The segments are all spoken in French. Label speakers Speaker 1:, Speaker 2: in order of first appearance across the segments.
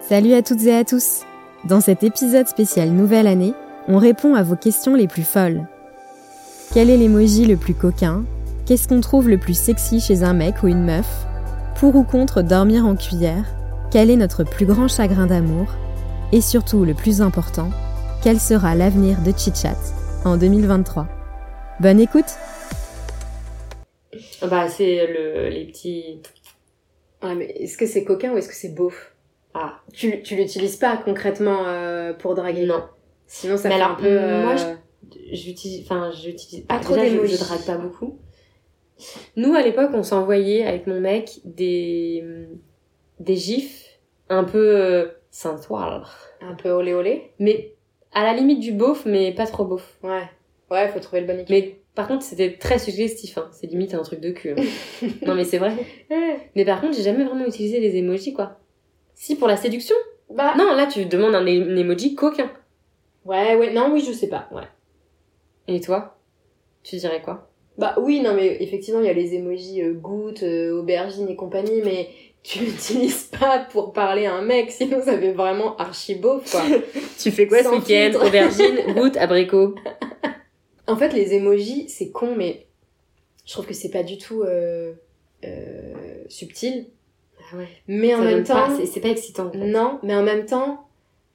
Speaker 1: Salut à toutes et à tous Dans cet épisode spécial Nouvelle Année, on répond à vos questions les plus folles. Quel est l'emoji le plus coquin Qu'est-ce qu'on trouve le plus sexy chez un mec ou une meuf Pour ou contre dormir en cuillère Quel est notre plus grand chagrin d'amour Et surtout, le plus important, quel sera l'avenir de Chitchat en 2023 Bonne écoute
Speaker 2: Bah, c'est le, les petits.
Speaker 3: Ouais, mais est-ce que c'est coquin ou est-ce que c'est beauf
Speaker 2: Ah.
Speaker 3: Tu, l- tu l'utilises pas concrètement euh, pour draguer
Speaker 2: Non.
Speaker 3: Sinon, ça
Speaker 2: Mais
Speaker 3: fait
Speaker 2: alors,
Speaker 3: un peu.
Speaker 2: moi,
Speaker 3: euh,
Speaker 2: je- J'utilise. Enfin, j'utilise.
Speaker 3: Pas trop
Speaker 2: déjà, je,
Speaker 3: d'émojis.
Speaker 2: je drague pas beaucoup. Nous, à l'époque, on s'envoyait avec mon mec des. des gifs un peu. Euh, sensuels.
Speaker 3: Un peu olé olé.
Speaker 2: Mais à la limite du beauf, mais pas trop beauf.
Speaker 3: Ouais. Ouais, faut trouver le bon équilibre.
Speaker 2: Mais par contre, c'était très suggestif. Hein. C'est limite un truc de cul. hein. non, mais c'est vrai.
Speaker 3: Ouais.
Speaker 2: Mais par contre, j'ai jamais vraiment utilisé les emojis, quoi. Si, pour la séduction.
Speaker 3: Bah.
Speaker 2: Non, là, tu demandes un, é- un emoji coquin.
Speaker 3: Ouais, ouais, non, oui, je sais pas.
Speaker 2: Et toi Tu dirais quoi
Speaker 3: Bah oui, non, mais effectivement, il y a les émojis euh, gouttes, euh, aubergines et compagnie, mais tu l'utilises pas pour parler à un mec, sinon ça fait vraiment archi beauf, quoi.
Speaker 2: Tu fais
Speaker 3: quoi
Speaker 2: quoi
Speaker 3: ce
Speaker 2: ce
Speaker 3: Sans
Speaker 2: week-end
Speaker 3: filtre.
Speaker 2: Aubergine, goutte, abricot.
Speaker 3: En fait, les émojis, c'est con, mais je trouve que c'est pas du tout euh, euh, subtil.
Speaker 2: Ah ouais.
Speaker 3: Mais en même temps,
Speaker 2: c'est pas excitant. en fait.
Speaker 3: non. Mais en même temps,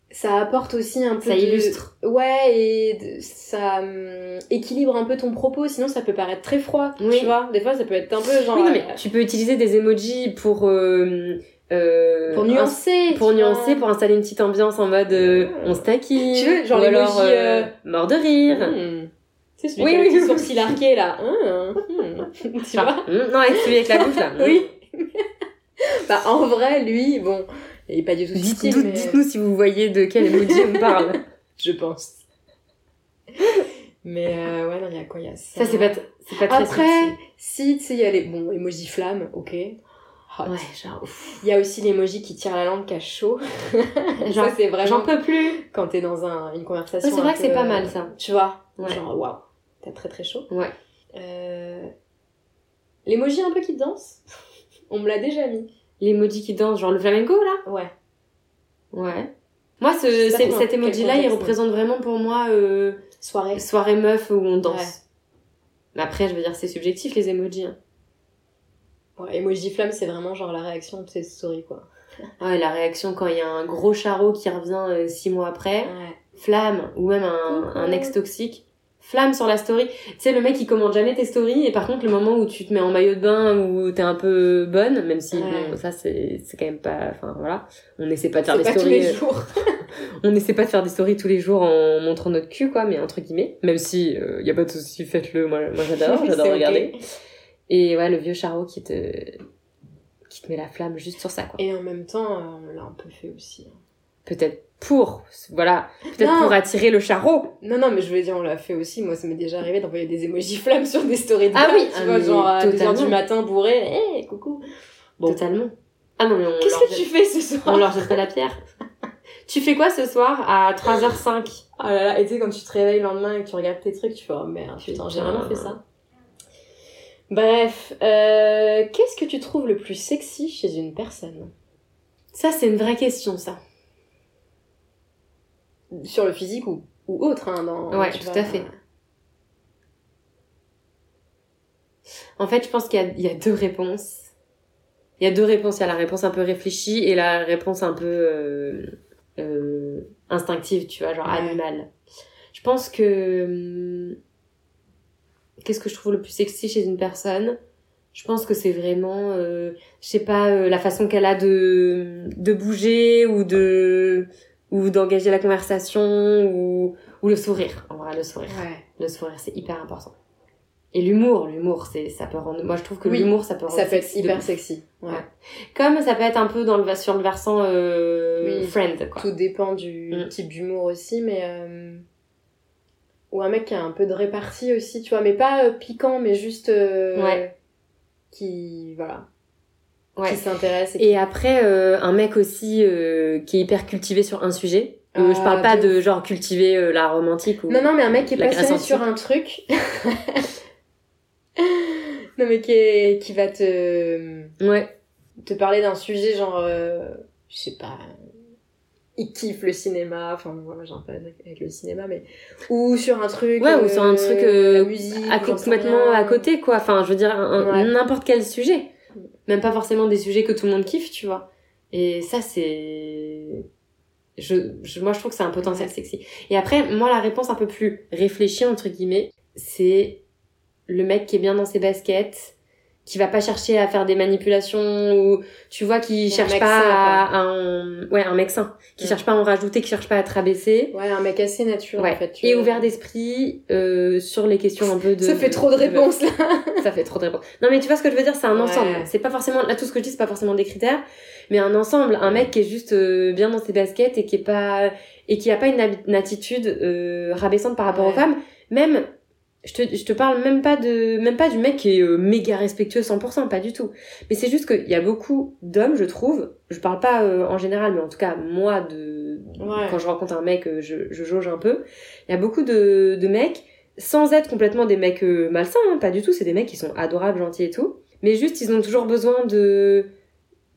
Speaker 3: ça apporte aussi un peu.
Speaker 2: Ça
Speaker 3: de-
Speaker 2: illustre.
Speaker 3: Ouais, et de- ça hum, équilibre un peu ton propos. Sinon, ça peut paraître très froid.
Speaker 2: Oui.
Speaker 3: Tu vois, des fois, ça peut être un peu genre
Speaker 2: Oui, non, mais
Speaker 3: euh,
Speaker 2: tu peux utiliser des emojis pour. euh, euh,
Speaker 3: pour nuancer.
Speaker 2: ins- pour
Speaker 3: tu vois.
Speaker 2: nuancer, pour installer une petite ambiance en mode euh, on se taquine.
Speaker 3: Tu veux, genre
Speaker 2: ou
Speaker 3: l'emoji,
Speaker 2: alors,
Speaker 3: euh,
Speaker 2: mort de rire.
Speaker 3: Hum. Tu sais, celui
Speaker 2: Hmm. Oui,
Speaker 3: qui a
Speaker 2: oui,
Speaker 3: le petit
Speaker 2: oui.
Speaker 3: sourcil arqué là. Hum, hum. tu vois.
Speaker 2: Genre, hum, non, avec celui avec la bouche là.
Speaker 3: Oui. bah en vrai, lui, bon, il est pas du tout
Speaker 2: Dites-
Speaker 3: subtil,
Speaker 2: doute-
Speaker 3: mais
Speaker 2: Dites-nous si vous voyez de quel emoji on parle.
Speaker 3: je pense. mais euh, ouais, non, il y a quoi Il y a ça.
Speaker 2: Ça, c'est pas, t- c'est pas très
Speaker 3: Après,
Speaker 2: subtil.
Speaker 3: si, tu sais, il y a les... Bon, emoji flamme, ok. Hot.
Speaker 2: Ouais, genre, ouf.
Speaker 3: Il y a aussi l'emoji qui tire la langue à chaud.
Speaker 2: Genre,
Speaker 3: ça, c'est
Speaker 2: J'en
Speaker 3: vraiment
Speaker 2: peux plus.
Speaker 3: quand t'es dans un, une conversation.
Speaker 2: Ouais, c'est vrai
Speaker 3: un
Speaker 2: que
Speaker 3: peu,
Speaker 2: c'est pas mal,
Speaker 3: euh,
Speaker 2: ça.
Speaker 3: Tu vois
Speaker 2: Ouais.
Speaker 3: Genre, waouh, t'as très très chaud.
Speaker 2: Ouais.
Speaker 3: Euh... L'emoji un peu qui danse On me l'a déjà mis.
Speaker 2: L'emoji qui danse, genre le flamenco là.
Speaker 3: Ouais.
Speaker 2: Ouais. Moi,
Speaker 3: Je
Speaker 2: ce,
Speaker 3: sais pas
Speaker 2: c'est-
Speaker 3: comment-
Speaker 2: cet
Speaker 3: quel
Speaker 2: emoji-là, il
Speaker 3: contexte,
Speaker 2: représente vraiment pour moi euh,
Speaker 3: Soirée.
Speaker 2: soirée meuf où on
Speaker 3: Ouais.
Speaker 2: danse. Mais après, je veux dire, c'est subjectif les emojis. hein.
Speaker 3: Ouais, emoji flamme, c'est vraiment genre la réaction de tes souris, quoi.
Speaker 2: Ouais, la réaction quand il y a un gros charreau qui revient euh, six mois après,
Speaker 3: Ouais.
Speaker 2: flamme, ou même un,
Speaker 3: Coucou.
Speaker 2: un ex toxique, flamme sur la story. Tu sais, le mec, il commente jamais tes stories, et par contre, le moment où tu te mets en maillot de bain, où t'es un peu bonne, même si,
Speaker 3: Ouais.
Speaker 2: bon, ça, c'est c'est quand même pas. Enfin, voilà. On n'essaie pas de faire
Speaker 3: C'est
Speaker 2: des
Speaker 3: pas tous
Speaker 2: stories.
Speaker 3: les
Speaker 2: euh,
Speaker 3: jours.
Speaker 2: On n'essaie pas de faire des stories tous les jours en montrant notre cul, quoi, mais entre guillemets. Même si il y a pas de souci, faites-le. Moi, moi j'adore,
Speaker 3: C'est
Speaker 2: j'adore
Speaker 3: ok.
Speaker 2: regarder. Et ouais, le vieux charreau qui te qui te met la flamme juste sur ça, quoi.
Speaker 3: Et en même temps, euh, on l'a un peu fait aussi. hein.
Speaker 2: Peut-être pour, voilà, peut-être
Speaker 3: Non.
Speaker 2: pour attirer le charreau.
Speaker 3: Non, non, mais je voulais dire, on l'a fait aussi. Moi, ça m'est déjà arrivé d'envoyer des émojis flammes sur des stories de
Speaker 2: Ah
Speaker 3: femmes,
Speaker 2: oui,
Speaker 3: tu
Speaker 2: ah
Speaker 3: vois,
Speaker 2: mais
Speaker 3: genre à 2h
Speaker 2: totalement.
Speaker 3: du matin bourré, hé, coucou. Bon.
Speaker 2: Totalement. Ah non mais on
Speaker 3: Qu'est-ce
Speaker 2: leur
Speaker 3: que
Speaker 2: jette-
Speaker 3: tu fais ce
Speaker 2: on
Speaker 3: soir
Speaker 2: leur jette pas la pierre. tu fais quoi ce soir à 3h05
Speaker 3: Oh là là, et tu sais, quand tu te réveilles le lendemain et que tu regardes tes trucs, tu fais, oh merde, putain, j'ai
Speaker 2: Putain.
Speaker 3: vraiment fait ça. Bref, euh, qu'est-ce que tu trouves le plus sexy chez une personne
Speaker 2: Ça c'est une vraie question ça.
Speaker 3: Sur le physique ou, ou autre, hein, dans,
Speaker 2: Ouais,
Speaker 3: tu
Speaker 2: tout
Speaker 3: vois,
Speaker 2: à fait. En fait, je pense qu'il y, a- il y a deux réponses. Il y a deux réponses. Il y a la réponse un peu réfléchie et la réponse un peu euh, euh, instinctive, tu vois, genre
Speaker 3: Ouais.
Speaker 2: animale. Je pense que. hum, Qu'est-ce que je trouve le plus sexy chez une personne Je pense que c'est vraiment, euh, je sais pas, euh, la façon qu'elle a de, de bouger ou de ou d'engager la conversation ou, ou le sourire. En vrai, le sourire.
Speaker 3: Ouais.
Speaker 2: Le sourire, c'est hyper important. Et l'humour, l'humour, c'est, ça peut rendre. Moi, je trouve que
Speaker 3: Oui,
Speaker 2: l'humour, ça peut rendre.
Speaker 3: Ça peut être
Speaker 2: sexy
Speaker 3: hyper
Speaker 2: de-
Speaker 3: sexy. Ouais.
Speaker 2: Ouais. Comme ça peut être un peu dans le, vers- sur le versant euh,
Speaker 3: Oui.
Speaker 2: friend, quoi.
Speaker 3: Tout dépend du
Speaker 2: Mm.
Speaker 3: type d'humour aussi, mais. euh, Ou un mec qui a un peu de répartie aussi, tu vois, mais pas euh, piquant, mais juste. euh,
Speaker 2: Ouais.
Speaker 3: Qui. Voilà.
Speaker 2: Ouais.
Speaker 3: Qui s'intéresse. et
Speaker 2: Et après, euh, un mec aussi euh, qui est hyper cultivé sur un sujet. Euh,
Speaker 3: Ah,
Speaker 2: je parle pas
Speaker 3: de
Speaker 2: de genre cultivé euh, la romantique ou.
Speaker 3: Non, non, mais un mec qui est
Speaker 2: La Grèce
Speaker 3: passionné
Speaker 2: antique.
Speaker 3: sur un truc. non, mais qui, est- qui va te,
Speaker 2: Ouais.
Speaker 3: te parler d'un sujet genre. euh, je sais pas. Il kiffe le cinéma, enfin voilà, j'ai un peu avec avec le cinéma, mais. Ou sur un truc.
Speaker 2: Ouais, ou sur un truc, euh,
Speaker 3: la musique,
Speaker 2: À
Speaker 3: j'en
Speaker 2: co-
Speaker 3: sais
Speaker 2: complètement
Speaker 3: rien.
Speaker 2: à côté, quoi. Enfin, je veux dire, un- un-
Speaker 3: euh, Ouais.
Speaker 2: n'importe quel sujet. Même pas forcément des sujets que tout le monde kiffe, tu vois. Et ça, c'est. Je, je- moi, je trouve que c'est un potentiel sexy. Et après, moi, la réponse un peu plus réfléchie, entre guillemets, c'est le mec qui est bien dans ses baskets, qui va pas chercher à faire des manipulations ou, tu vois, qui cherche
Speaker 3: mec
Speaker 2: pas
Speaker 3: sain,
Speaker 2: à, à en- ouais, un mec sain, qui
Speaker 3: Mm.
Speaker 2: cherche pas à en rajouter, qui cherche pas à te rabaisser.
Speaker 3: Ouais, un mec assez naturel
Speaker 2: Ouais.
Speaker 3: en fait. tu
Speaker 2: et
Speaker 3: vois.
Speaker 2: ouvert d'esprit euh, sur les questions un peu de.
Speaker 3: Ça fait trop de réponses là.
Speaker 2: Ça fait trop de réponses. Non, mais tu vois ce que je veux dire, c'est un
Speaker 3: Ouais.
Speaker 2: ensemble. C'est pas forcément, là, tout ce que je dis, c'est pas forcément des critères, mais un ensemble. Un mec qui est juste euh, bien dans ses baskets et qui est pas, et qui a pas une, hab- une attitude euh, rabaissante par rapport
Speaker 3: Ouais.
Speaker 2: aux femmes. Même, je te, je te parle même pas de, même pas du mec qui est euh, méga respectueux 100%, pas du tout. Mais c'est juste qu'il y a beaucoup d'hommes, je trouve, je parle pas euh, en général, mais en tout cas, moi, de,
Speaker 3: Ouais.
Speaker 2: quand je rencontre un mec, euh, je, je jauge un peu. Il y a beaucoup de, de mecs, sans être complètement des mecs euh, malsains, hein, pas du tout, c'est des mecs qui sont adorables, gentils et tout. Mais juste, ils ont toujours besoin de.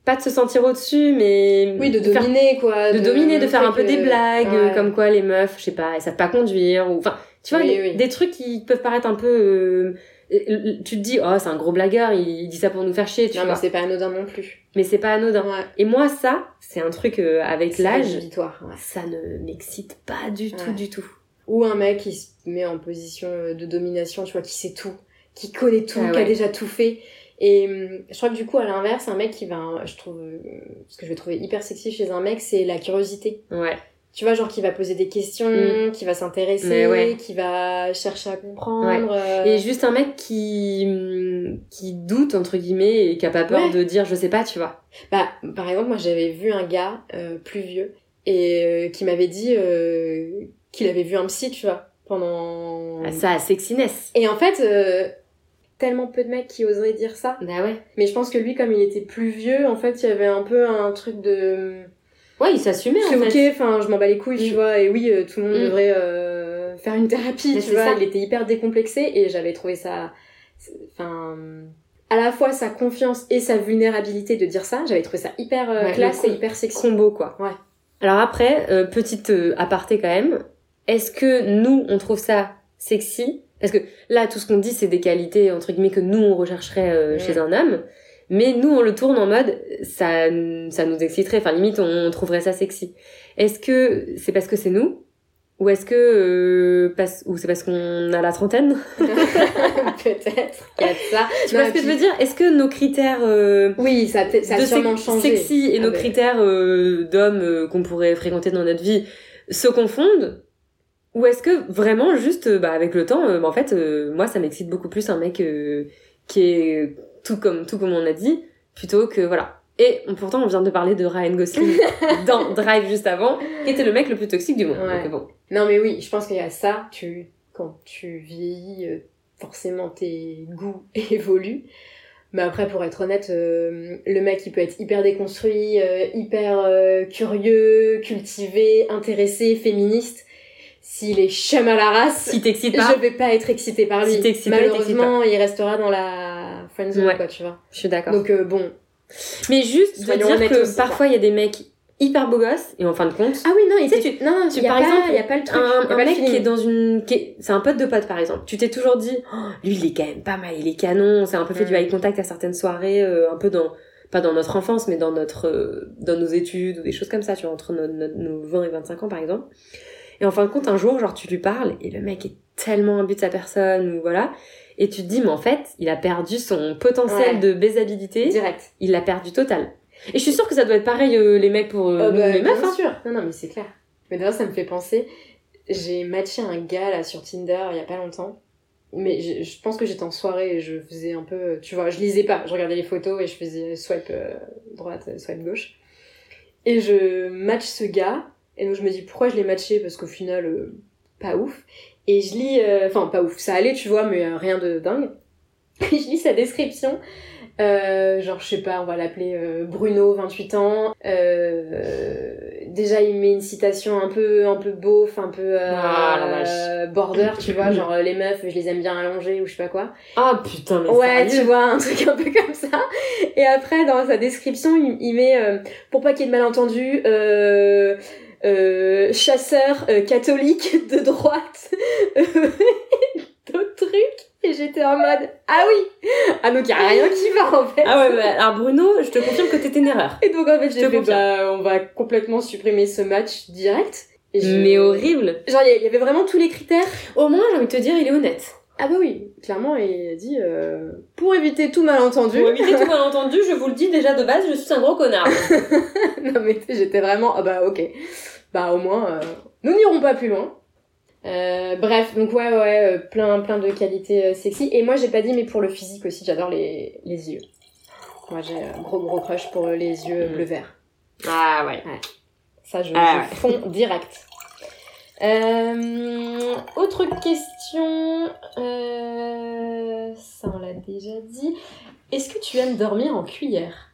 Speaker 2: Pas de se sentir au-dessus, mais.
Speaker 3: Oui, de
Speaker 2: faire-
Speaker 3: dominer quoi.
Speaker 2: de dominer, de faire un peu
Speaker 3: que-
Speaker 2: des blagues,
Speaker 3: Ouais.
Speaker 2: euh, comme quoi les meufs, je sais pas, elles savent pas conduire, ou enfin, tu vois,
Speaker 3: Oui,
Speaker 2: les-
Speaker 3: oui.
Speaker 2: des trucs qui peuvent paraître un peu. euh, euh, tu te dis, oh, c'est un gros blagueur, il dit ça pour nous faire chier, tu
Speaker 3: Non, mais
Speaker 2: vois.
Speaker 3: c'est pas anodin non plus.
Speaker 2: Mais c'est pas anodin.
Speaker 3: Ouais.
Speaker 2: Et moi, ça, c'est un truc euh, avec
Speaker 3: C'est
Speaker 2: l'âge,
Speaker 3: rédhibitoire, ouais.
Speaker 2: ça ne m'excite pas du tout,
Speaker 3: Ouais.
Speaker 2: du tout.
Speaker 3: Ou un mec qui se met en position euh, de domination, tu vois, qui sait tout, qui connaît tout,
Speaker 2: Ah
Speaker 3: qui a
Speaker 2: ouais.
Speaker 3: déjà tout fait. Et hum, je crois que du coup, à l'inverse, un mec qui va, hein, je trouve, euh, ce que je vais trouver hyper sexy chez un mec, c'est la curiosité.
Speaker 2: Ouais.
Speaker 3: Tu vois, genre qui va poser des questions,
Speaker 2: Mm.
Speaker 3: qui va s'intéresser,
Speaker 2: Mais ouais.
Speaker 3: qui va chercher à comprendre. euh,
Speaker 2: Et juste un mec qui, hum, qui doute, entre guillemets, et qui a pas peur
Speaker 3: Ouais.
Speaker 2: de dire je sais pas, tu vois.
Speaker 3: Bah, par exemple, moi j'avais vu un gars euh, plus vieux et euh, qui m'avait dit euh, qu'il avait vu un psy, tu vois, pendant.
Speaker 2: Ah, Ça a sexiness.
Speaker 3: Et en fait, euh, tellement peu de mecs qui oseraient dire ça.
Speaker 2: Bah ouais.
Speaker 3: Mais je pense que lui, comme il était plus vieux, en fait, il y avait un peu un truc de.
Speaker 2: Ouais, il s'assumait en
Speaker 3: C'est
Speaker 2: fait.
Speaker 3: ok, enfin, je m'en bats les couilles, tu
Speaker 2: Mm.
Speaker 3: vois. Et oui, euh, tout le monde
Speaker 2: Mm.
Speaker 3: devrait euh, faire une thérapie,
Speaker 2: Mais
Speaker 3: tu
Speaker 2: c'est
Speaker 3: vois.
Speaker 2: ça.
Speaker 3: Il était hyper décomplexé et j'avais trouvé ça. c'est- Enfin. À la fois sa confiance et sa vulnérabilité de dire ça, j'avais trouvé ça hyper euh,
Speaker 2: Ouais,
Speaker 3: classe
Speaker 2: le
Speaker 3: et
Speaker 2: com-
Speaker 3: hyper sexy.
Speaker 2: Combo quoi.
Speaker 3: Ouais.
Speaker 2: Alors après, euh, petite euh, aparté quand même. Est-ce que nous, on trouve ça sexy Parce que là, tout ce qu'on dit, c'est des qualités, entre guillemets, que nous, on rechercherait euh,
Speaker 3: Mm.
Speaker 2: chez un homme. Mais nous, on le tourne en mode, ça, ça nous exciterait. Enfin, limite, on, trouverait ça sexy. Est-ce que c'est parce que c'est nous ou est-ce que euh, parce, ou c'est parce qu'on a la trentaine
Speaker 3: Peut-être qu'il y a de ça.
Speaker 2: Tu
Speaker 3: Non,
Speaker 2: vois ce
Speaker 3: et
Speaker 2: que je
Speaker 3: puis-
Speaker 2: veux dire Est-ce que nos critères euh,
Speaker 3: Oui, ça, a peut- ça a
Speaker 2: de
Speaker 3: sûrement
Speaker 2: sex-
Speaker 3: changé.
Speaker 2: sexy et
Speaker 3: Ah
Speaker 2: nos
Speaker 3: ben.
Speaker 2: critères euh, d'hommes euh, qu'on pourrait fréquenter dans notre vie se confondent ou est-ce que vraiment juste euh, bah, avec le temps euh, bah, en fait euh, moi ça m'excite beaucoup plus un mec euh, qui est tout comme tout comme on a dit plutôt que voilà et on- pourtant on vient de parler de Ryan Gosling dans Drive juste avant qui était le mec le plus toxique du monde
Speaker 3: Ouais.
Speaker 2: donc bon
Speaker 3: Non, mais oui, je pense qu'il y a ça. Tu, quand tu vieillis, euh, forcément tes goûts évoluent. Mais après, pour être honnête, euh, le mec, il peut être hyper déconstruit, euh, hyper euh, curieux, cultivé, intéressé, féministe. S'il est chum à la race,
Speaker 2: si t'excites pas
Speaker 3: je vais pas être excitée par lui.
Speaker 2: Si t'excites pas, il t'excite
Speaker 3: Malheureusement, il restera dans la friendzone,
Speaker 2: Ouais.
Speaker 3: quoi, tu vois.
Speaker 2: je suis d'accord
Speaker 3: Donc euh, bon.
Speaker 2: mais juste de
Speaker 3: Soyons
Speaker 2: dire
Speaker 3: honnêtes
Speaker 2: que
Speaker 3: aussi, quoi.
Speaker 2: parfois il y a des mecs hyper beaux gosses et en fin de compte
Speaker 3: Ah oui, non, il
Speaker 2: Tu sais,
Speaker 3: était- non, non,
Speaker 2: tu-
Speaker 3: il y a
Speaker 2: par
Speaker 3: pas-
Speaker 2: exemple,
Speaker 3: il y a pas le truc. il y
Speaker 2: un,
Speaker 3: a
Speaker 2: un
Speaker 3: pas le
Speaker 2: mec qui est
Speaker 3: feeling.
Speaker 2: dans une qui est- c'est un pote de pote par exemple tu t'es toujours dit Oh, lui il est quand même pas mal il est canon c'est un peu fait du
Speaker 3: Mm.
Speaker 2: eye contact à certaines soirées euh, un peu dans pas dans notre enfance mais dans notre euh, dans nos études ou des choses comme ça tu vois entre nos, nos- nos 20 et 25 ans par exemple et en fin de compte un jour genre tu lui parles et le mec est tellement imbu de sa personne ou voilà et tu te dis mais en fait il a perdu son potentiel
Speaker 3: Ouais.
Speaker 2: de baisabilité
Speaker 3: direct.
Speaker 2: il l'a perdu total et je suis sûre que ça doit être pareil euh, les mecs pour euh,
Speaker 3: Ah
Speaker 2: nous,
Speaker 3: bah,
Speaker 2: les
Speaker 3: bien
Speaker 2: meufs hein.
Speaker 3: sûr. Non, non, mais c'est clair. Mais d'ailleurs, ça me fait penser. J'ai matché un gars là sur Tinder il y a pas longtemps. mais je, je pense que j'étais en soirée et je faisais un peu, tu vois, je lisais pas, je regardais les photos et je faisais swipe euh, droite, swipe gauche. Et je match ce gars, et donc je me dis pourquoi je l'ai matché, parce qu'au final, euh, pas ouf. Et je lis, euh, enfin pas ouf, ça allait, tu vois, mais euh, rien de dingue. Et je lis sa description, euh, genre je sais pas, on va l'appeler euh, Bruno, 28 ans. Euh, déjà il met une citation un peu, un peu beauf, un peu euh,
Speaker 2: Ah, la vache.
Speaker 3: border, tu vois, genre euh, les meufs, je les aime bien allongées ou je sais pas quoi.
Speaker 2: Ah putain, mais
Speaker 3: Ouais, tu
Speaker 2: sérieux
Speaker 3: vois, un truc un peu comme ça. Et après, dans sa description, il, il met, euh, pour pas qu'il y ait de malentendus, euh, euh, chasseur euh, catholique de droite, euh, d'autres trucs. Et j'étais en mode, ah oui Ah donc, il a rien qui va, en fait.
Speaker 2: Ah ouais, bah, alors Bruno, je te confirme que t'étais une erreur.
Speaker 3: Et donc, en fait, j'ai
Speaker 2: te
Speaker 3: fait,
Speaker 2: confirme.
Speaker 3: bah, on va complètement supprimer ce match direct. Et je-
Speaker 2: Mais horrible.
Speaker 3: Genre, il y a- il y avait vraiment tous les critères.
Speaker 2: Au moins, j'ai envie de te dire, il est honnête.
Speaker 3: Ah bah oui, clairement, il a dit, euh, pour éviter tout malentendu...
Speaker 2: Pour éviter tout malentendu, je vous le dis déjà de base, je suis un gros connard.
Speaker 3: Non mais tu sais, j'étais vraiment ah bah ok bah au moins euh, nous n'irons pas plus loin. Euh, bref donc ouais ouais euh, plein plein de qualités euh, sexy et moi j'ai pas dit mais pour le physique aussi j'adore les les yeux. Moi j'ai un gros gros crush pour euh, les yeux
Speaker 2: Mhm.
Speaker 3: bleu vert.
Speaker 2: Ah ouais.
Speaker 3: Ça je,
Speaker 2: Ah
Speaker 3: je fonds direct. Euh, autre question, euh, ça on l'a déjà dit. Est-ce que tu aimes dormir en cuillère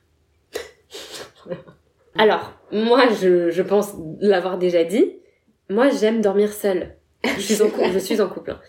Speaker 2: Alors, moi, je, je pense l'avoir déjà dit. Moi, j'aime dormir seule. Je suis en, cou- je suis en couple. hein.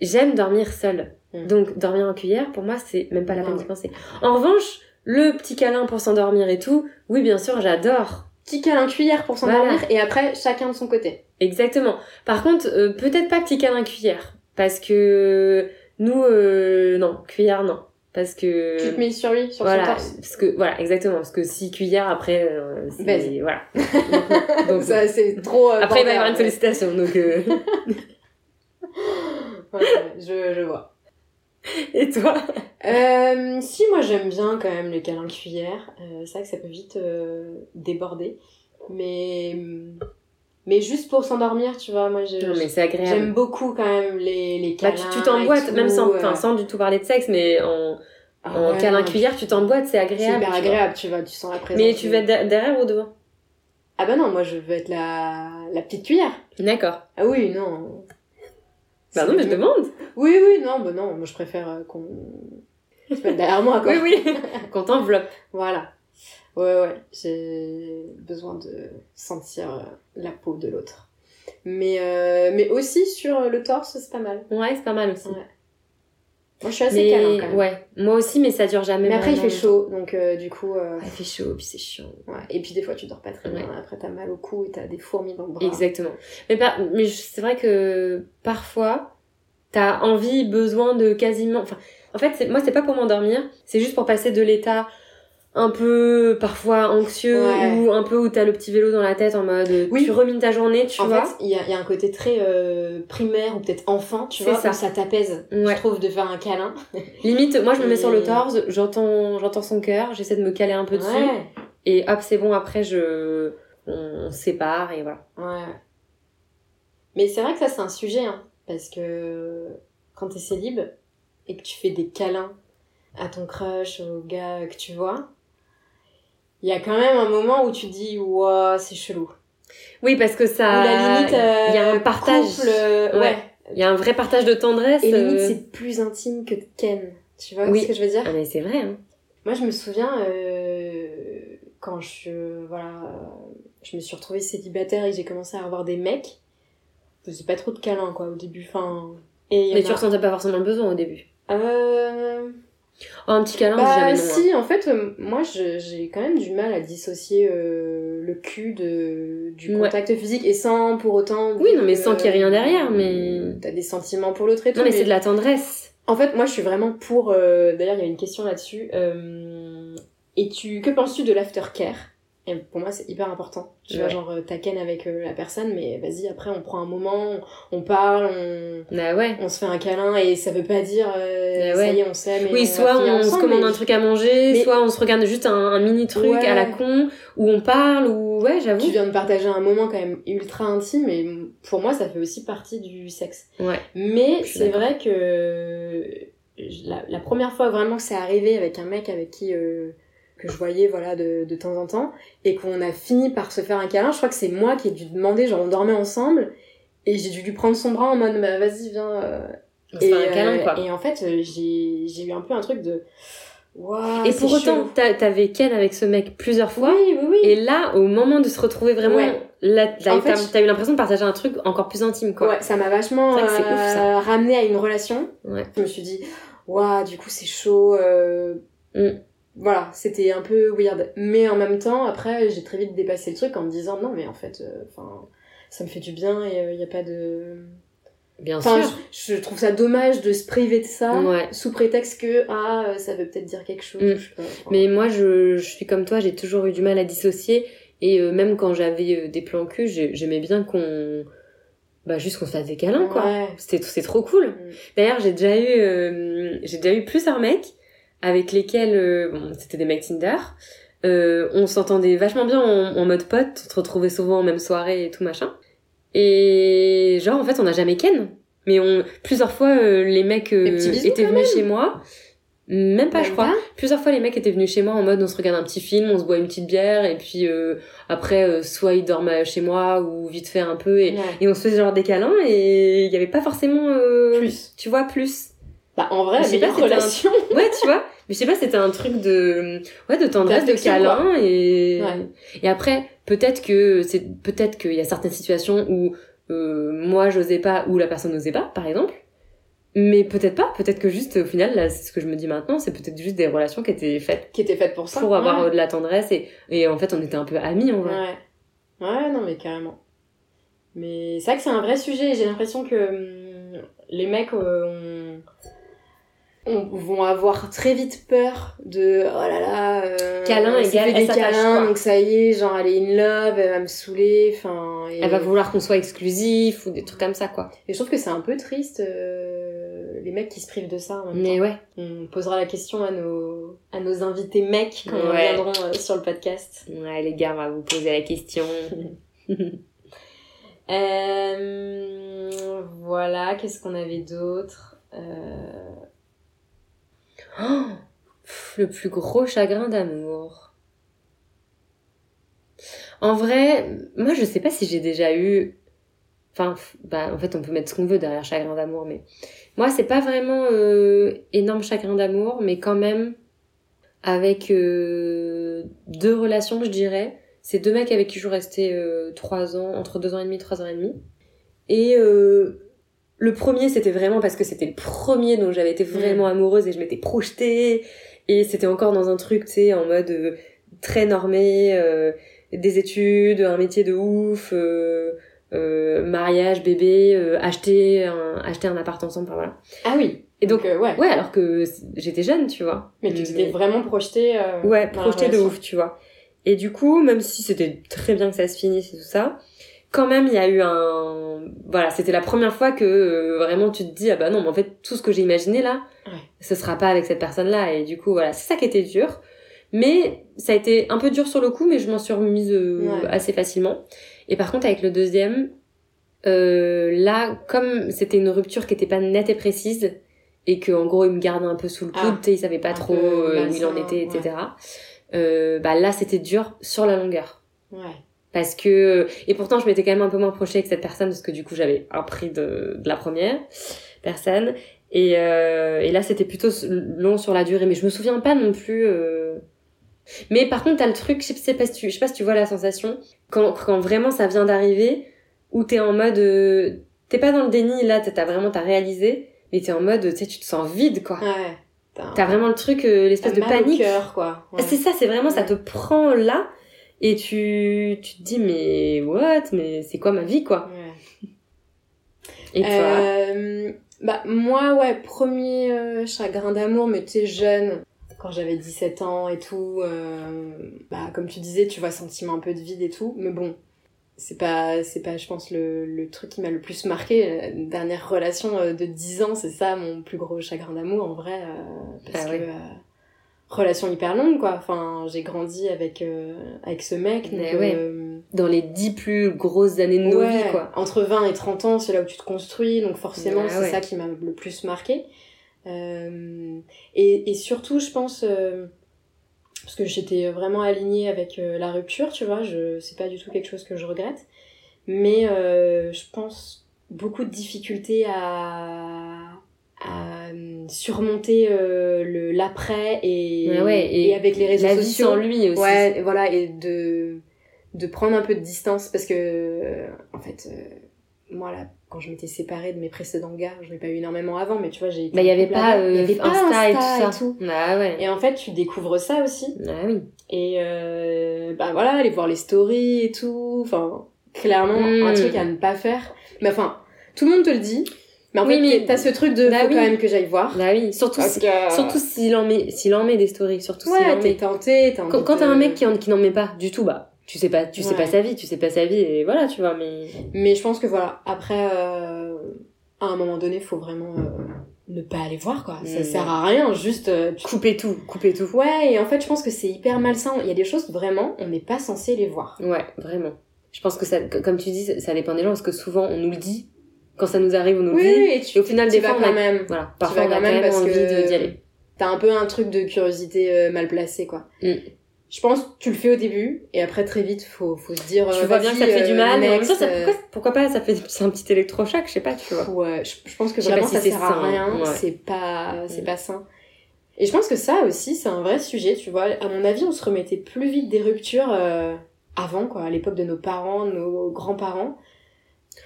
Speaker 2: J'aime dormir seule.
Speaker 3: Mm.
Speaker 2: Donc, dormir en cuillère, pour moi, c'est même pas la
Speaker 3: Ah
Speaker 2: peine d'y
Speaker 3: ouais.
Speaker 2: penser. En revanche, le petit câlin pour s'endormir et tout, oui, bien sûr, j'adore.
Speaker 3: Petit câlin cuillère pour
Speaker 2: Voilà.
Speaker 3: s'endormir et après chacun de son côté.
Speaker 2: Exactement. Par contre, euh, peut-être pas petit câlin cuillère. Parce que nous, euh, non, cuillère, non. Parce que...
Speaker 3: Tu te mets sur lui, sur
Speaker 2: Euh, voilà,
Speaker 3: son torse.
Speaker 2: parce que voilà exactement parce que si cuillère après euh, c'est-
Speaker 3: Vas-y.
Speaker 2: voilà Donc, donc,
Speaker 3: Ça, c'est trop. euh,
Speaker 2: après il va y avoir une
Speaker 3: border,
Speaker 2: sollicitation donc euh,
Speaker 3: ouais. Ouais, ouais, je, je vois.
Speaker 2: et toi
Speaker 3: Euh, si, moi j'aime bien quand même les câlins cuillères. Euh, c'est vrai que ça peut vite euh, déborder. Mais. Mais juste pour s'endormir, tu vois, moi je-
Speaker 2: non mais c'est
Speaker 3: j'aime
Speaker 2: agréable
Speaker 3: beaucoup quand même les, les
Speaker 2: Bah,
Speaker 3: câlins.
Speaker 2: tu tu
Speaker 3: et
Speaker 2: t'emboîtes
Speaker 3: tout,
Speaker 2: même sans
Speaker 3: euh,
Speaker 2: enfin sans du tout parler de sexe mais en,
Speaker 3: ah
Speaker 2: en
Speaker 3: ouais,
Speaker 2: câlin
Speaker 3: non,
Speaker 2: cuillère tu t'emboîtes c'est
Speaker 3: C'est
Speaker 2: agréable, tu
Speaker 3: hyper
Speaker 2: vois.
Speaker 3: agréable, tu vois, tu sens la présence.
Speaker 2: mais tu
Speaker 3: de-
Speaker 2: vas de- derrière ou devant
Speaker 3: Ah bah non, moi je veux être la, la petite cuillère.
Speaker 2: d'accord
Speaker 3: Ah oui,
Speaker 2: bah
Speaker 3: non. C'est
Speaker 2: non mais je
Speaker 3: complètement-
Speaker 2: demande
Speaker 3: Oui, oui, non, bah non, moi je préfère euh, qu'on se mette derrière moi, quoi.
Speaker 2: oui oui qu'on t'enveloppe
Speaker 3: Voilà. Ouais, ouais, j'ai besoin de sentir euh, la peau de l'autre. Mais, euh, mais aussi sur le torse, c'est pas mal.
Speaker 2: ouais c'est pas mal aussi
Speaker 3: Ouais, Moi, je suis assez
Speaker 2: mais
Speaker 3: câlin, quand même.
Speaker 2: ouais moi aussi mais ça dure jamais
Speaker 3: mais après, il
Speaker 2: vraiment
Speaker 3: fait chaud, donc euh, du coup... euh,
Speaker 2: longtemps. Ouais, il fait chaud puis c'est chiant
Speaker 3: ouais. Et puis, des fois, tu dors pas très bien. Après, t'as mal au cou et t'as des fourmis dans le bras.
Speaker 2: Exactement. Mais, par- mais je- c'est vrai que parfois, t'as envie, besoin de quasiment. Enfin, en fait, c'est- moi, c'est pas pour m'endormir, c'est juste pour passer de l'état un peu parfois anxieux
Speaker 3: Ouais.
Speaker 2: ou un peu où t'as le petit vélo dans la tête en mode
Speaker 3: Oui.
Speaker 2: tu rumines ta journée, tu
Speaker 3: en
Speaker 2: vois.
Speaker 3: fait, il y a, il y a un côté très euh, primaire ou peut-être enfant, tu
Speaker 2: C'est
Speaker 3: vois,
Speaker 2: ça.
Speaker 3: où ça t'apaise,
Speaker 2: Ouais.
Speaker 3: je trouve, de faire un câlin.
Speaker 2: Limite, moi, je me mets sur le
Speaker 3: Et-
Speaker 2: torse, j'entends, j'entends son cœur, j'essaie de me caler un peu dessus
Speaker 3: Ouais.
Speaker 2: et hop, c'est bon. Après, je on, on se sépare et voilà.
Speaker 3: Ouais. Mais c'est vrai que ça, c'est un sujet, hein, parce que quand t'es célib et que tu fais des câlins à ton crush, au gars que tu vois, il y a quand même un moment où tu te dis, ouah, c'est chelou.
Speaker 2: Oui, parce que
Speaker 3: Ou
Speaker 2: ça,
Speaker 3: la limite, euh,
Speaker 2: il y a un partage.
Speaker 3: couple, euh, ouais.
Speaker 2: Ouais. il y a un vrai partage de tendresse.
Speaker 3: Et limite,
Speaker 2: euh.
Speaker 3: c'est plus intime que de Ken. Tu vois
Speaker 2: Oui.
Speaker 3: ce que je veux dire
Speaker 2: Ah, mais c'est vrai. Hein.
Speaker 3: Moi, je me souviens euh, quand je voilà, euh, je me suis retrouvée célibataire et que j'ai commencé à avoir des mecs. Je faisais pas trop de câlins quoi au début. Enfin, et il y
Speaker 2: Mais
Speaker 3: en
Speaker 2: tu
Speaker 3: a-
Speaker 2: ressentais pas forcément le besoin au début.
Speaker 3: Euh,
Speaker 2: Oh, un petit câlin,
Speaker 3: bah,
Speaker 2: c'est jamais non. hein.
Speaker 3: si, en fait, euh, moi, je- j'ai quand même du mal à dissocier euh, le cul de, du
Speaker 2: Ouais.
Speaker 3: contact physique et sans pour autant.
Speaker 2: Oui,
Speaker 3: dire
Speaker 2: non, mais
Speaker 3: que- euh,
Speaker 2: sans qu'il y ait rien derrière, mais-
Speaker 3: T'as des sentiments pour l'autre et tout.
Speaker 2: Non, mais
Speaker 3: mais-
Speaker 2: c'est de la tendresse.
Speaker 3: En fait, moi, je suis vraiment pour. euh, D'ailleurs, il y a une question là-dessus. euh, et tu, que penses-tu de l'aftercare Et pour moi, c'est hyper important. Tu
Speaker 2: Ouais.
Speaker 3: vois, genre, euh, t'as ken avec euh, la personne, mais vas-y, après, on prend un moment, on, parle, on,
Speaker 2: Bah ouais.
Speaker 3: on se fait un câlin, et ça veut pas dire, euh,
Speaker 2: Mais
Speaker 3: ça
Speaker 2: ouais.
Speaker 3: y est, on s'aime. et
Speaker 2: Oui,
Speaker 3: va
Speaker 2: soit
Speaker 3: finir
Speaker 2: on se
Speaker 3: ensemble,
Speaker 2: commande
Speaker 3: mais-
Speaker 2: un truc à manger,
Speaker 3: Mais-
Speaker 2: soit on se regarde juste un, un mini truc
Speaker 3: Ouais.
Speaker 2: à la con, où on parle, ou ouais,
Speaker 3: Tu
Speaker 2: j'avoue.
Speaker 3: viens de partager un moment quand même ultra intime, et pour moi, ça fait aussi partie du sexe.
Speaker 2: Ouais.
Speaker 3: Mais
Speaker 2: Je suis
Speaker 3: c'est
Speaker 2: d'accord.
Speaker 3: vrai que je- la, la première fois vraiment que c'est arrivé avec un mec avec qui euh, que je voyais voilà de, de temps en temps et qu'on a fini par se faire un câlin, je crois que c'est moi qui ai dû demander, genre on dormait ensemble et j'ai dû lui prendre son bras en mode bah, vas-y viens euh,
Speaker 2: On se fait un
Speaker 3: euh,
Speaker 2: câlin, quoi.
Speaker 3: et en fait euh, j'ai j'ai eu un peu un truc de waouh
Speaker 2: Et,
Speaker 3: Ah, c'est
Speaker 2: pour autant,
Speaker 3: chelou.
Speaker 2: t'a- t'avais Ken avec ce mec plusieurs fois.
Speaker 3: oui oui oui
Speaker 2: Et là, au moment de se retrouver vraiment,
Speaker 3: Ouais.
Speaker 2: là, t'as
Speaker 3: En
Speaker 2: eu- t'as-
Speaker 3: fait, je-
Speaker 2: t'as eu l'impression de partager un truc encore plus intime, quoi.
Speaker 3: Ouais, ça m'a vachement
Speaker 2: C'est vrai que c'est ouf, ça.
Speaker 3: euh, ramené à une relation.
Speaker 2: Ouais.
Speaker 3: Je me suis dit, waouh, du coup, c'est chaud. euh,
Speaker 2: Mm.
Speaker 3: Voilà, c'était un peu weird. Mais en même temps, après, j'ai très vite dépassé le truc en me disant, non, mais en fait, euh, 'fin, ça me fait du bien et il n'y a pas de.
Speaker 2: Bien
Speaker 3: Enfin,
Speaker 2: sûr.
Speaker 3: je, je trouve ça dommage de se priver de ça
Speaker 2: Ouais.
Speaker 3: sous prétexte que, ah, euh, ça veut peut-être dire quelque chose.
Speaker 2: Mm.
Speaker 3: je sais pas, 'fin.
Speaker 2: Mais moi, je, je suis comme toi, j'ai toujours eu du mal à dissocier. Et euh, même quand j'avais euh, des plans cul, j'ai- j'aimais bien qu'on. Bah, juste qu'on se fasse des câlins, quoi.
Speaker 3: Ouais.
Speaker 2: C'était- C'est trop cool.
Speaker 3: Mm.
Speaker 2: D'ailleurs, j'ai déjà eu, euh, j'ai déjà eu plusieurs mecs avec lesquels, euh, bon, c'était des mecs Tinder. Euh, on s'entendait vachement bien en, en mode pote, on se retrouvait souvent en même soirée et tout machin. Et genre, en fait, on n'a jamais ken. Mais on, plusieurs fois, euh, les mecs euh,
Speaker 3: Des petits bisous,
Speaker 2: étaient
Speaker 3: quand Bah
Speaker 2: venus chez moi. Même pas, je
Speaker 3: Même
Speaker 2: crois.
Speaker 3: pas
Speaker 2: Plusieurs fois, les mecs étaient venus chez moi en mode on se regarde un petit film, on se boit une petite bière, et puis euh, après, euh, soit ils dorment euh, chez moi ou vite fait un peu, et,
Speaker 3: Ouais.
Speaker 2: et on se faisait genre des câlins, et il n'y avait pas forcément. euh,
Speaker 3: Plus.
Speaker 2: tu vois, plus.
Speaker 3: Bah, en vrai,
Speaker 2: Je
Speaker 3: la
Speaker 2: sais pas,
Speaker 3: meilleure
Speaker 2: c'était un-
Speaker 3: relation.
Speaker 2: Ouais, tu vois. Mais je sais pas, c'était un truc de, ouais, de tendresse, de
Speaker 3: D'affection,
Speaker 2: câlin et,
Speaker 3: Ouais.
Speaker 2: et après, peut-être que c'est, peut-être qu'il y a certaines situations où, euh, moi, j'osais pas, ou la personne n'osait pas, par exemple. Mais peut-être pas, peut-être que juste, au final, là, c'est ce que je me dis maintenant, c'est peut-être juste des relations qui étaient faites
Speaker 3: Qui était faite pour ça.
Speaker 2: pour avoir
Speaker 3: Ouais.
Speaker 2: euh, de la tendresse et, et en fait, on était un peu amis, en vrai.
Speaker 3: Ouais. Ouais, non, mais carrément. Mais c'est vrai que c'est un vrai sujet. J'ai l'impression que hum, les mecs euh, ont- ont- vont avoir très vite peur de oh là là. euh,
Speaker 2: Câlin
Speaker 3: elle s'est
Speaker 2: égale,
Speaker 3: fait
Speaker 2: elle
Speaker 3: des
Speaker 2: s'attache,
Speaker 3: câlins,
Speaker 2: quoi.
Speaker 3: donc ça y est, genre elle est in love, elle va me saouler. Enfin, et,
Speaker 2: Elle va vouloir qu'on soit exclusif ou des trucs comme ça, quoi.
Speaker 3: et je trouve que c'est un peu triste euh, les mecs qui se privent de ça. en même temps.
Speaker 2: Mais ouais.
Speaker 3: On posera la question à nos, à nos invités mecs quand ils
Speaker 2: Ouais.
Speaker 3: viendront euh, sur le podcast.
Speaker 2: Ouais, les gars, on va vous poser la question.
Speaker 3: Euh, voilà, qu'est-ce qu'on avait d'autre Euh,
Speaker 2: Oh, pff, le plus gros chagrin d'amour. En vrai, moi je sais pas si j'ai déjà eu. Enfin, f- bah, en fait, on peut mettre ce qu'on veut derrière chagrin d'amour, mais moi c'est pas vraiment euh, énorme chagrin d'amour, mais quand même avec euh, deux relations, je dirais. C'est deux mecs avec qui je suis restée euh, trois ans, entre deux ans et demi, trois ans et demi. Et euh, le premier, c'était vraiment parce que c'était le premier dont j'avais été vraiment amoureuse et je m'étais projetée. Et c'était encore dans un truc, tu sais, en mode euh, très normé, euh, des études, un métier de ouf, euh, euh, mariage, bébé, euh, acheter, un, acheter un appart ensemble, enfin, voilà.
Speaker 3: Ah oui.
Speaker 2: Et donc,
Speaker 3: euh, ouais.
Speaker 2: ouais, alors que c- j'étais jeune, tu vois. Euh,
Speaker 3: Mais tu t'étais vraiment projeté. euh,
Speaker 2: Ouais,
Speaker 3: dans la
Speaker 2: projeté de
Speaker 3: relation.
Speaker 2: ouf, tu vois. Et du coup, même si c'était très bien que ça se finisse et tout ça, quand même, il y a eu un... Voilà, c'était la première fois que euh, vraiment tu te dis, ah bah non, mais en fait, tout ce que j'ai imaginé là,
Speaker 3: Ouais.
Speaker 2: ce sera pas avec cette personne-là. Et du coup, voilà, c'est ça qui était dur. Mais ça a été un peu dur sur le coup, mais je m'en suis remise euh,
Speaker 3: Ouais.
Speaker 2: assez facilement. Et par contre, avec le deuxième, euh, là, comme c'était une rupture qui était pas nette et précise, et que en gros, il me gardait un peu sous le
Speaker 3: Ah.
Speaker 2: coude, tu sais, il savait pas
Speaker 3: Un
Speaker 2: trop
Speaker 3: peu
Speaker 2: euh, où il
Speaker 3: malsain,
Speaker 2: en était, etc.
Speaker 3: ouais.
Speaker 2: Euh, bah là, c'était dur sur la longueur.
Speaker 3: Ouais.
Speaker 2: Parce que, et pourtant, je m'étais quand même un peu moins prochée avec cette personne, parce que du coup, j'avais appris de, de la première personne. Et, euh, et là, c'était plutôt s- long sur la durée, mais je me souviens pas non plus. euh. Mais par contre, t'as le truc, je sais pas si tu, je sais pas si tu vois la sensation, quand, quand vraiment ça vient d'arriver, où t'es en mode, euh, t'es pas dans le déni, là, t'as t'as vraiment, t'as réalisé, mais t'es en mode, tu sais, tu te sens vide, quoi.
Speaker 3: Ouais. T'as
Speaker 2: T'as vraiment le truc, euh,
Speaker 3: t'as
Speaker 2: l'espèce de
Speaker 3: mal au
Speaker 2: panique. Ah,
Speaker 3: cœur, quoi. Ouais.
Speaker 2: C'est ça, c'est vraiment, ça
Speaker 3: Ouais.
Speaker 2: te prend là, et tu, tu te dis, mais what, mais c'est quoi ma vie, quoi.
Speaker 3: Ouais.
Speaker 2: Et toi,
Speaker 3: Euh, bah, moi, ouais, premier euh, chagrin d'amour, mais t'es jeune. quand j'avais 17 ans et tout. euh, bah, comme tu disais, tu vois, sentiment un peu de vide et tout. Mais bon, c'est pas, c'est pas, je pense, le, le truc qui m'a le plus marqué. La dernière relation euh, de 10 ans, c'est ça mon plus gros chagrin d'amour, en vrai. euh, parce
Speaker 2: Ah
Speaker 3: que,
Speaker 2: ouais.
Speaker 3: euh, relation hyper longue, quoi. Enfin, j'ai grandi avec, euh, avec ce mec. Donc,
Speaker 2: Mais Eh ouais.
Speaker 3: euh,
Speaker 2: Dans les dix plus grosses années de nos
Speaker 3: Ouais,
Speaker 2: vies, quoi.
Speaker 3: Entre 20 et 30 ans, c'est là où tu te construis, donc forcément,
Speaker 2: Ah
Speaker 3: c'est
Speaker 2: ouais.
Speaker 3: ça qui m'a le plus marqué. Euh, et, et surtout, je pense, euh, parce que j'étais vraiment alignée avec euh, la rupture, tu vois, je, c'est pas du tout quelque chose que je regrette, mais euh, je pense beaucoup de difficultés à, à euh, surmonter euh, le, l'après et,
Speaker 2: Bah Ouais, ouais, et
Speaker 3: et avec les réseaux
Speaker 2: La vie
Speaker 3: sociaux.
Speaker 2: sans lui aussi.
Speaker 3: Ouais, et voilà, et de, de prendre un peu de distance parce que, euh, en fait, euh, moi là, quand je m'étais séparée de mes précédents gars, je n'ai pas eu énormément avant, mais tu vois, j'ai été.
Speaker 2: Bah, il y avait
Speaker 3: en couple
Speaker 2: pas,
Speaker 3: avant, il y
Speaker 2: euh,
Speaker 3: avait pas
Speaker 2: Insta et tout
Speaker 3: Insta
Speaker 2: ça.
Speaker 3: et tout.
Speaker 2: Ah ouais.
Speaker 3: Et en fait, tu découvres ça aussi.
Speaker 2: Ah oui.
Speaker 3: Et euh, bah voilà, aller voir les stories et tout. Enfin, clairement, un
Speaker 2: Mm.
Speaker 3: truc à ne pas faire. Mais enfin, tout le monde te le dit. Mais en
Speaker 2: Oui,
Speaker 3: fait,
Speaker 2: mais-
Speaker 3: t'es- t'as ce truc de
Speaker 2: Bah
Speaker 3: faut
Speaker 2: oui.
Speaker 3: quand même que j'aille voir.
Speaker 2: Ah oui. Surtout,
Speaker 3: Parce
Speaker 2: si-
Speaker 3: que-
Speaker 2: surtout s'il en met, s'il en met des stories, surtout s'il en
Speaker 3: ouais,
Speaker 2: met.
Speaker 3: t'es tenté. t'as envie
Speaker 2: Quand, quand
Speaker 3: de-
Speaker 2: t'as un mec qui en- qui n'en met pas du tout, bah, tu sais pas, tu sais
Speaker 3: Ouais.
Speaker 2: pas sa vie, tu sais pas sa vie, et voilà, tu vois, mais.
Speaker 3: Mais je pense que voilà, après, euh, à un moment donné, faut vraiment euh, ne pas aller voir, quoi. Ça
Speaker 2: Mm.
Speaker 3: sert à rien, juste... euh, tu-
Speaker 2: Couper tout, couper tout.
Speaker 3: Ouais, et en fait, je pense que c'est hyper malsain. Il y a des choses, vraiment, on n'est pas censé les voir.
Speaker 2: Ouais, vraiment. Je pense que ça, que- comme tu dis, ça- ça dépend des gens, parce que souvent, on nous le dit. Quand ça nous arrive, on nous le dit.
Speaker 3: et
Speaker 2: Et au final,
Speaker 3: tu
Speaker 2: des
Speaker 3: vas
Speaker 2: fois, on
Speaker 3: quand
Speaker 2: a,
Speaker 3: même.
Speaker 2: voilà, parfois,
Speaker 3: vas
Speaker 2: on a
Speaker 3: quand
Speaker 2: quand
Speaker 3: même
Speaker 2: même
Speaker 3: parce
Speaker 2: envie
Speaker 3: que-
Speaker 2: de- d'y aller.
Speaker 3: T'as un peu un truc de curiosité euh, mal placée, quoi.
Speaker 2: Mm.
Speaker 3: Je pense que tu le fais au début, et après, très vite, faut, faut se dire...
Speaker 2: Tu
Speaker 3: euh,
Speaker 2: vois bien que ça
Speaker 3: vas-y,
Speaker 2: fait du
Speaker 3: euh,
Speaker 2: mal, mais en même temps,
Speaker 3: next,
Speaker 2: ça-
Speaker 3: euh,
Speaker 2: pourquoi, pourquoi pas, ça fait, c'est un petit électrochoc, je sais pas, tu vois.
Speaker 3: Ouais, euh, je, je pense que
Speaker 2: Je sais pas
Speaker 3: vraiment
Speaker 2: si
Speaker 3: ça
Speaker 2: c'est
Speaker 3: sert
Speaker 2: sain,
Speaker 3: à rien,
Speaker 2: ouais.
Speaker 3: c'est pas c'est
Speaker 2: Mm.
Speaker 3: pas sain. Et je pense que ça aussi c'est un vrai sujet, tu vois. À mon avis, on se remettait plus vite des ruptures euh, avant quoi, à l'époque de nos parents, de nos grands-parents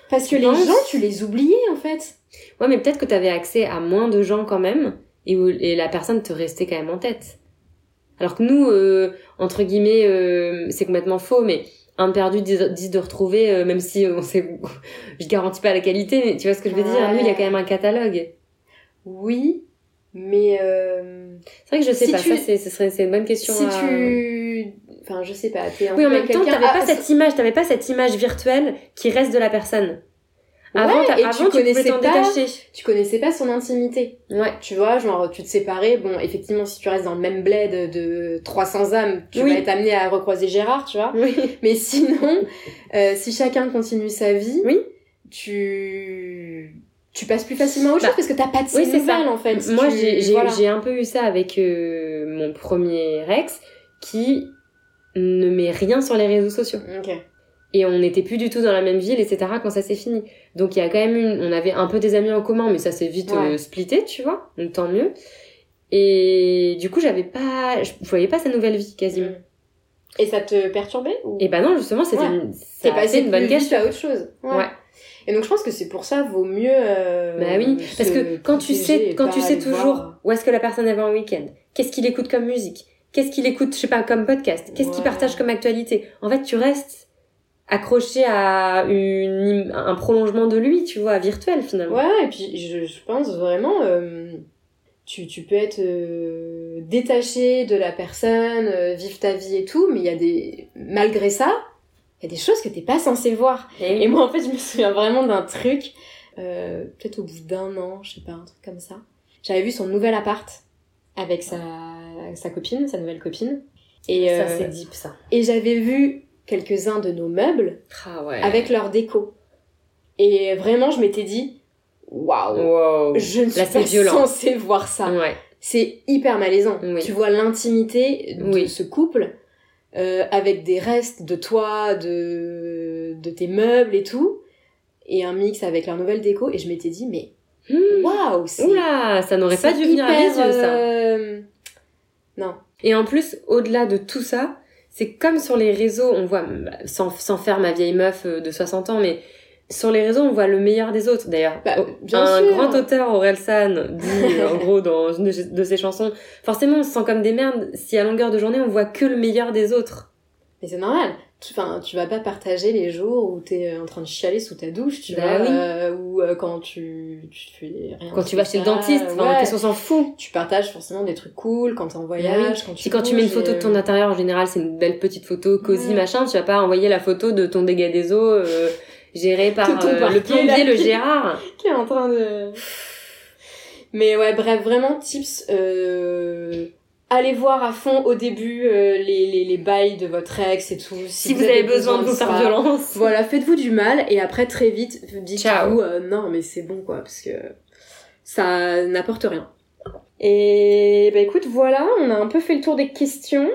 Speaker 3: parce que
Speaker 2: Tu
Speaker 3: les
Speaker 2: penses
Speaker 3: gens, tu les oubliais en fait.
Speaker 2: Ouais, mais peut-être que t'avais accès à moins de gens quand même, et, où, et la personne te restait quand même en tête. Alors que nous, euh, entre guillemets, euh, c'est complètement faux, mais un de perdu, dix dix de retrouver, euh, même si euh, on sait, je garantis pas la qualité, mais tu vois ce que je veux dire Nous, il y a quand même un catalogue.
Speaker 3: Oui, mais euh,
Speaker 2: C'est vrai que je sais
Speaker 3: Si
Speaker 2: pas,
Speaker 3: tu-
Speaker 2: ça c'est, ce serait, c'est une bonne question.
Speaker 3: si
Speaker 2: à-
Speaker 3: tu enfin, je sais pas, t'es un
Speaker 2: Oui, en
Speaker 3: peu
Speaker 2: même temps,
Speaker 3: quelqu'un-
Speaker 2: t'avais
Speaker 3: Ah,
Speaker 2: pas cette image, t'avais pas cette image virtuelle qui reste de la personne. Avant,
Speaker 3: Ouais,
Speaker 2: t'as-
Speaker 3: et tu
Speaker 2: avant tu, pouvais
Speaker 3: connaissais
Speaker 2: t'en
Speaker 3: pas-
Speaker 2: détacher.
Speaker 3: tu connaissais pas son intimité.
Speaker 2: Ouais.
Speaker 3: Tu vois, genre, tu te séparais. Bon, effectivement, si tu restes dans le même bled de 300 âmes, tu
Speaker 2: Oui.
Speaker 3: vas être amené à recroiser Gérard, tu vois.
Speaker 2: Oui.
Speaker 3: Mais sinon, euh, si chacun continue sa vie,
Speaker 2: Oui.
Speaker 3: tu... tu passes plus facilement à autre
Speaker 2: Bah,
Speaker 3: chose parce que t'as pas de ces
Speaker 2: oui, c'est ça.
Speaker 3: nouvelles, en fait.
Speaker 2: Moi,
Speaker 3: Tu-
Speaker 2: j'ai j'ai-
Speaker 3: voilà.
Speaker 2: j'ai un peu eu ça avec euh, mon premier ex qui ne met rien sur les réseaux sociaux.
Speaker 3: Ok.
Speaker 2: Et on n'était plus du tout dans la même ville, etc. quand ça s'est fini. Donc il y a quand même une... On avait un peu des amis en commun, mais ça s'est vite
Speaker 3: Ouais.
Speaker 2: euh, splitté, tu vois. Donc tant mieux. Et du coup, j'avais pas... Je voyais pas sa nouvelle vie, quasiment.
Speaker 3: Et ça te perturbait ou...
Speaker 2: Et bah non, justement, c'était
Speaker 3: Ouais.
Speaker 2: une... ça
Speaker 3: T'es
Speaker 2: a fait
Speaker 3: passé
Speaker 2: une bonne
Speaker 3: plus vite
Speaker 2: question.
Speaker 3: à autre chose.
Speaker 2: Ouais.
Speaker 3: Et donc, je pense que c'est pour ça, vaut mieux. euh,
Speaker 2: Bah oui, parce
Speaker 3: se
Speaker 2: que quand tu
Speaker 3: protéger
Speaker 2: sais,
Speaker 3: et
Speaker 2: quand
Speaker 3: pas
Speaker 2: tu sais
Speaker 3: aller
Speaker 2: toujours
Speaker 3: voir. euh,
Speaker 2: où est-ce que la personne elle va en week-end, qu'est-ce qu'il écoute comme musique, qu'est-ce qu'il écoute, je sais pas, comme podcast, qu'est-ce qu'il
Speaker 3: Ouais.
Speaker 2: partage comme actualité, en fait, tu restes accroché à une, im- un prolongement de lui, tu vois, virtuel finalement.
Speaker 3: Ouais, et puis je, je pense vraiment, euh, tu, tu peux être euh, détaché de la personne, euh, vivre ta vie et tout, mais il y a des. Malgré ça, il y a des choses que t'es pas censé voir. Et moi, en fait, je me souviens vraiment d'un truc, euh, peut-être au bout d'un an, je sais pas, un truc comme ça. J'avais vu son nouvel appart avec sa, sa copine, sa nouvelle copine. Et,
Speaker 2: ça,
Speaker 3: euh,
Speaker 2: c'est deep ça.
Speaker 3: et j'avais vu quelques-uns de nos meubles
Speaker 2: Ah ouais.
Speaker 3: avec leur déco. Et vraiment, je m'étais dit, waouh,
Speaker 2: Wow.
Speaker 3: je ne
Speaker 2: Oh.
Speaker 3: suis
Speaker 2: Là, c'est
Speaker 3: pas
Speaker 2: violent.
Speaker 3: censée voir ça.
Speaker 2: Ouais.
Speaker 3: C'est hyper malaisant.
Speaker 2: Oui.
Speaker 3: Tu vois l'intimité de
Speaker 2: Oui.
Speaker 3: ce couple euh, avec des restes de toi, de, de tes meubles et tout, et un mix avec leur nouvelle déco. Et je m'étais dit, mais
Speaker 2: Mmh.
Speaker 3: waouh, c'est.
Speaker 2: Oula, ça n'aurait pas
Speaker 3: c'est
Speaker 2: dû venir à mes
Speaker 3: hyper,
Speaker 2: yeux ça.
Speaker 3: euh,
Speaker 2: Et en plus, au-delà de tout ça, c'est comme sur les réseaux, on voit, sans, sans faire ma vieille meuf euh, de 60 ans, mais sur les réseaux, on voit le meilleur des autres. D'ailleurs,
Speaker 3: Bah,
Speaker 2: oh,
Speaker 3: bien
Speaker 2: un
Speaker 3: sûr.
Speaker 2: grand auteur, Aurel San, dit euh, en gros dans une de ses- de ses chansons, forcément, on se sent comme des merdes si à longueur de journée, on voit que le meilleur des autres.
Speaker 3: Mais c'est normal. tu- enfin, tu vas pas partager les jours où t'es euh, en train de chialer sous ta douche, tu
Speaker 2: Bah
Speaker 3: vois,
Speaker 2: oui.
Speaker 3: euh, ou euh, quand tu, tu fais rien.
Speaker 2: Quand tu vas chez le dentiste, enfin,
Speaker 3: ouais.
Speaker 2: qu'est-ce qu'on s'en fout
Speaker 3: tu partages forcément des trucs cool quand t'es en voyage, quand tu
Speaker 2: Si Bah quand tu mets une
Speaker 3: bouges,
Speaker 2: photo de ton
Speaker 3: euh,
Speaker 2: intérieur, en général, c'est une belle petite photo cosy,
Speaker 3: Ouais.
Speaker 2: machin, tu vas pas envoyer la photo de ton dégât des eaux euh, géré par
Speaker 3: De ton
Speaker 2: euh,
Speaker 3: parquet,
Speaker 2: le plombier,
Speaker 3: là.
Speaker 2: le Gérard.
Speaker 3: qui est en train de. Mais ouais, bref, vraiment, tips. Euh... Allez voir à fond au début euh, les, les, les bails de votre ex et tout.
Speaker 2: Si, vous avez besoin de vous faire
Speaker 3: ça.
Speaker 2: violence.
Speaker 3: Voilà, faites-vous du mal et après, très vite,
Speaker 2: Ciao.
Speaker 3: dites-vous euh, non, mais c'est bon quoi, parce que ça n'apporte rien. Et bah écoute, voilà, on a un peu fait le tour des questions.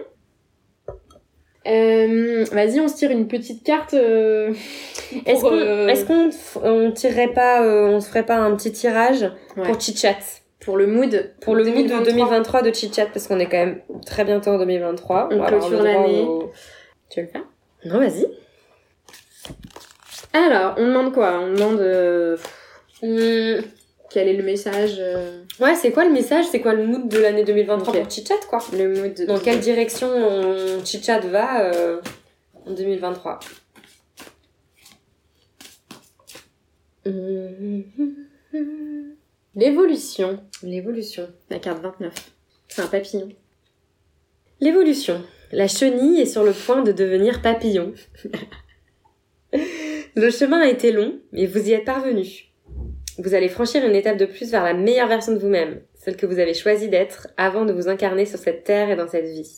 Speaker 3: Euh, Vas-y, on se tire une petite carte. euh,
Speaker 2: Est-ce
Speaker 3: pour,
Speaker 2: qu'on
Speaker 3: euh,
Speaker 2: est-ce qu'on f- on tirerait pas, euh, on se ferait pas un petit tirage
Speaker 3: Ouais.
Speaker 2: pour chit-chat
Speaker 3: pour le mood
Speaker 2: Pour le mood de
Speaker 3: 2023.
Speaker 2: 2023 de chit-chat, parce qu'on est quand même très bientôt en 2023.
Speaker 3: On
Speaker 2: va avoir
Speaker 3: clôture
Speaker 2: le droit
Speaker 3: l'année.
Speaker 2: au-
Speaker 3: Tu veux le faire
Speaker 2: Non, vas-y.
Speaker 3: Alors, on demande quoi On demande euh,
Speaker 2: Hum,
Speaker 3: quel est le message, euh,
Speaker 2: Ouais, c'est quoi le message C'est quoi le mood de l'année 2023
Speaker 3: Ok.
Speaker 2: pour chit-chat, quoi
Speaker 3: le mood. de-
Speaker 2: Dans quelle direction on chit-chat va euh, en 2023 Hmm. Hum,
Speaker 3: L'évolution.
Speaker 2: L'évolution.
Speaker 3: La carte 29. C'est un papillon.
Speaker 2: L'évolution. La chenille est sur le point de devenir papillon. le chemin a été long, mais vous y êtes parvenu. Vous allez franchir une étape de plus vers la meilleure version de vous-même, celle que vous avez choisi d'être avant de vous incarner sur cette terre et dans cette vie.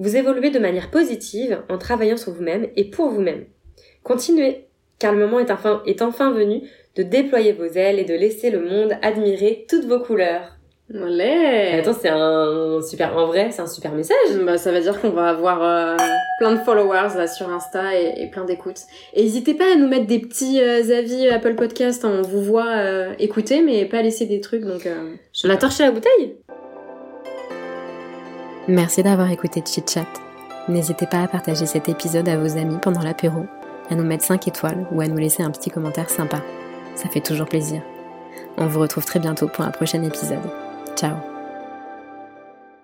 Speaker 2: Vous évoluez de manière positive en travaillant sur vous-même et pour vous-même. Continuez, car le moment est enfin, est enfin venu de déployer vos ailes et de laisser le monde admirer toutes vos couleurs.
Speaker 3: Allez
Speaker 2: Attends, c'est un super, en vrai, c'est un super message.
Speaker 3: Eh. Bah, ça veut dire qu'on va avoir euh, plein de followers là sur Insta et, et plein d'écoutes. Et N'hésitez pas à nous mettre des petits euh, avis Apple Podcast. hein. On vous voit euh, écouter, mais pas laisser des trucs. Donc, euh,
Speaker 2: On a torché la bouteille
Speaker 1: Merci d'avoir écouté Chit Chat. N'hésitez pas à partager cet épisode à vos amis pendant l'apéro, à nous mettre 5 étoiles ou à nous laisser un petit commentaire sympa. Ça fait toujours plaisir. On vous retrouve très bientôt pour un prochain épisode. Ciao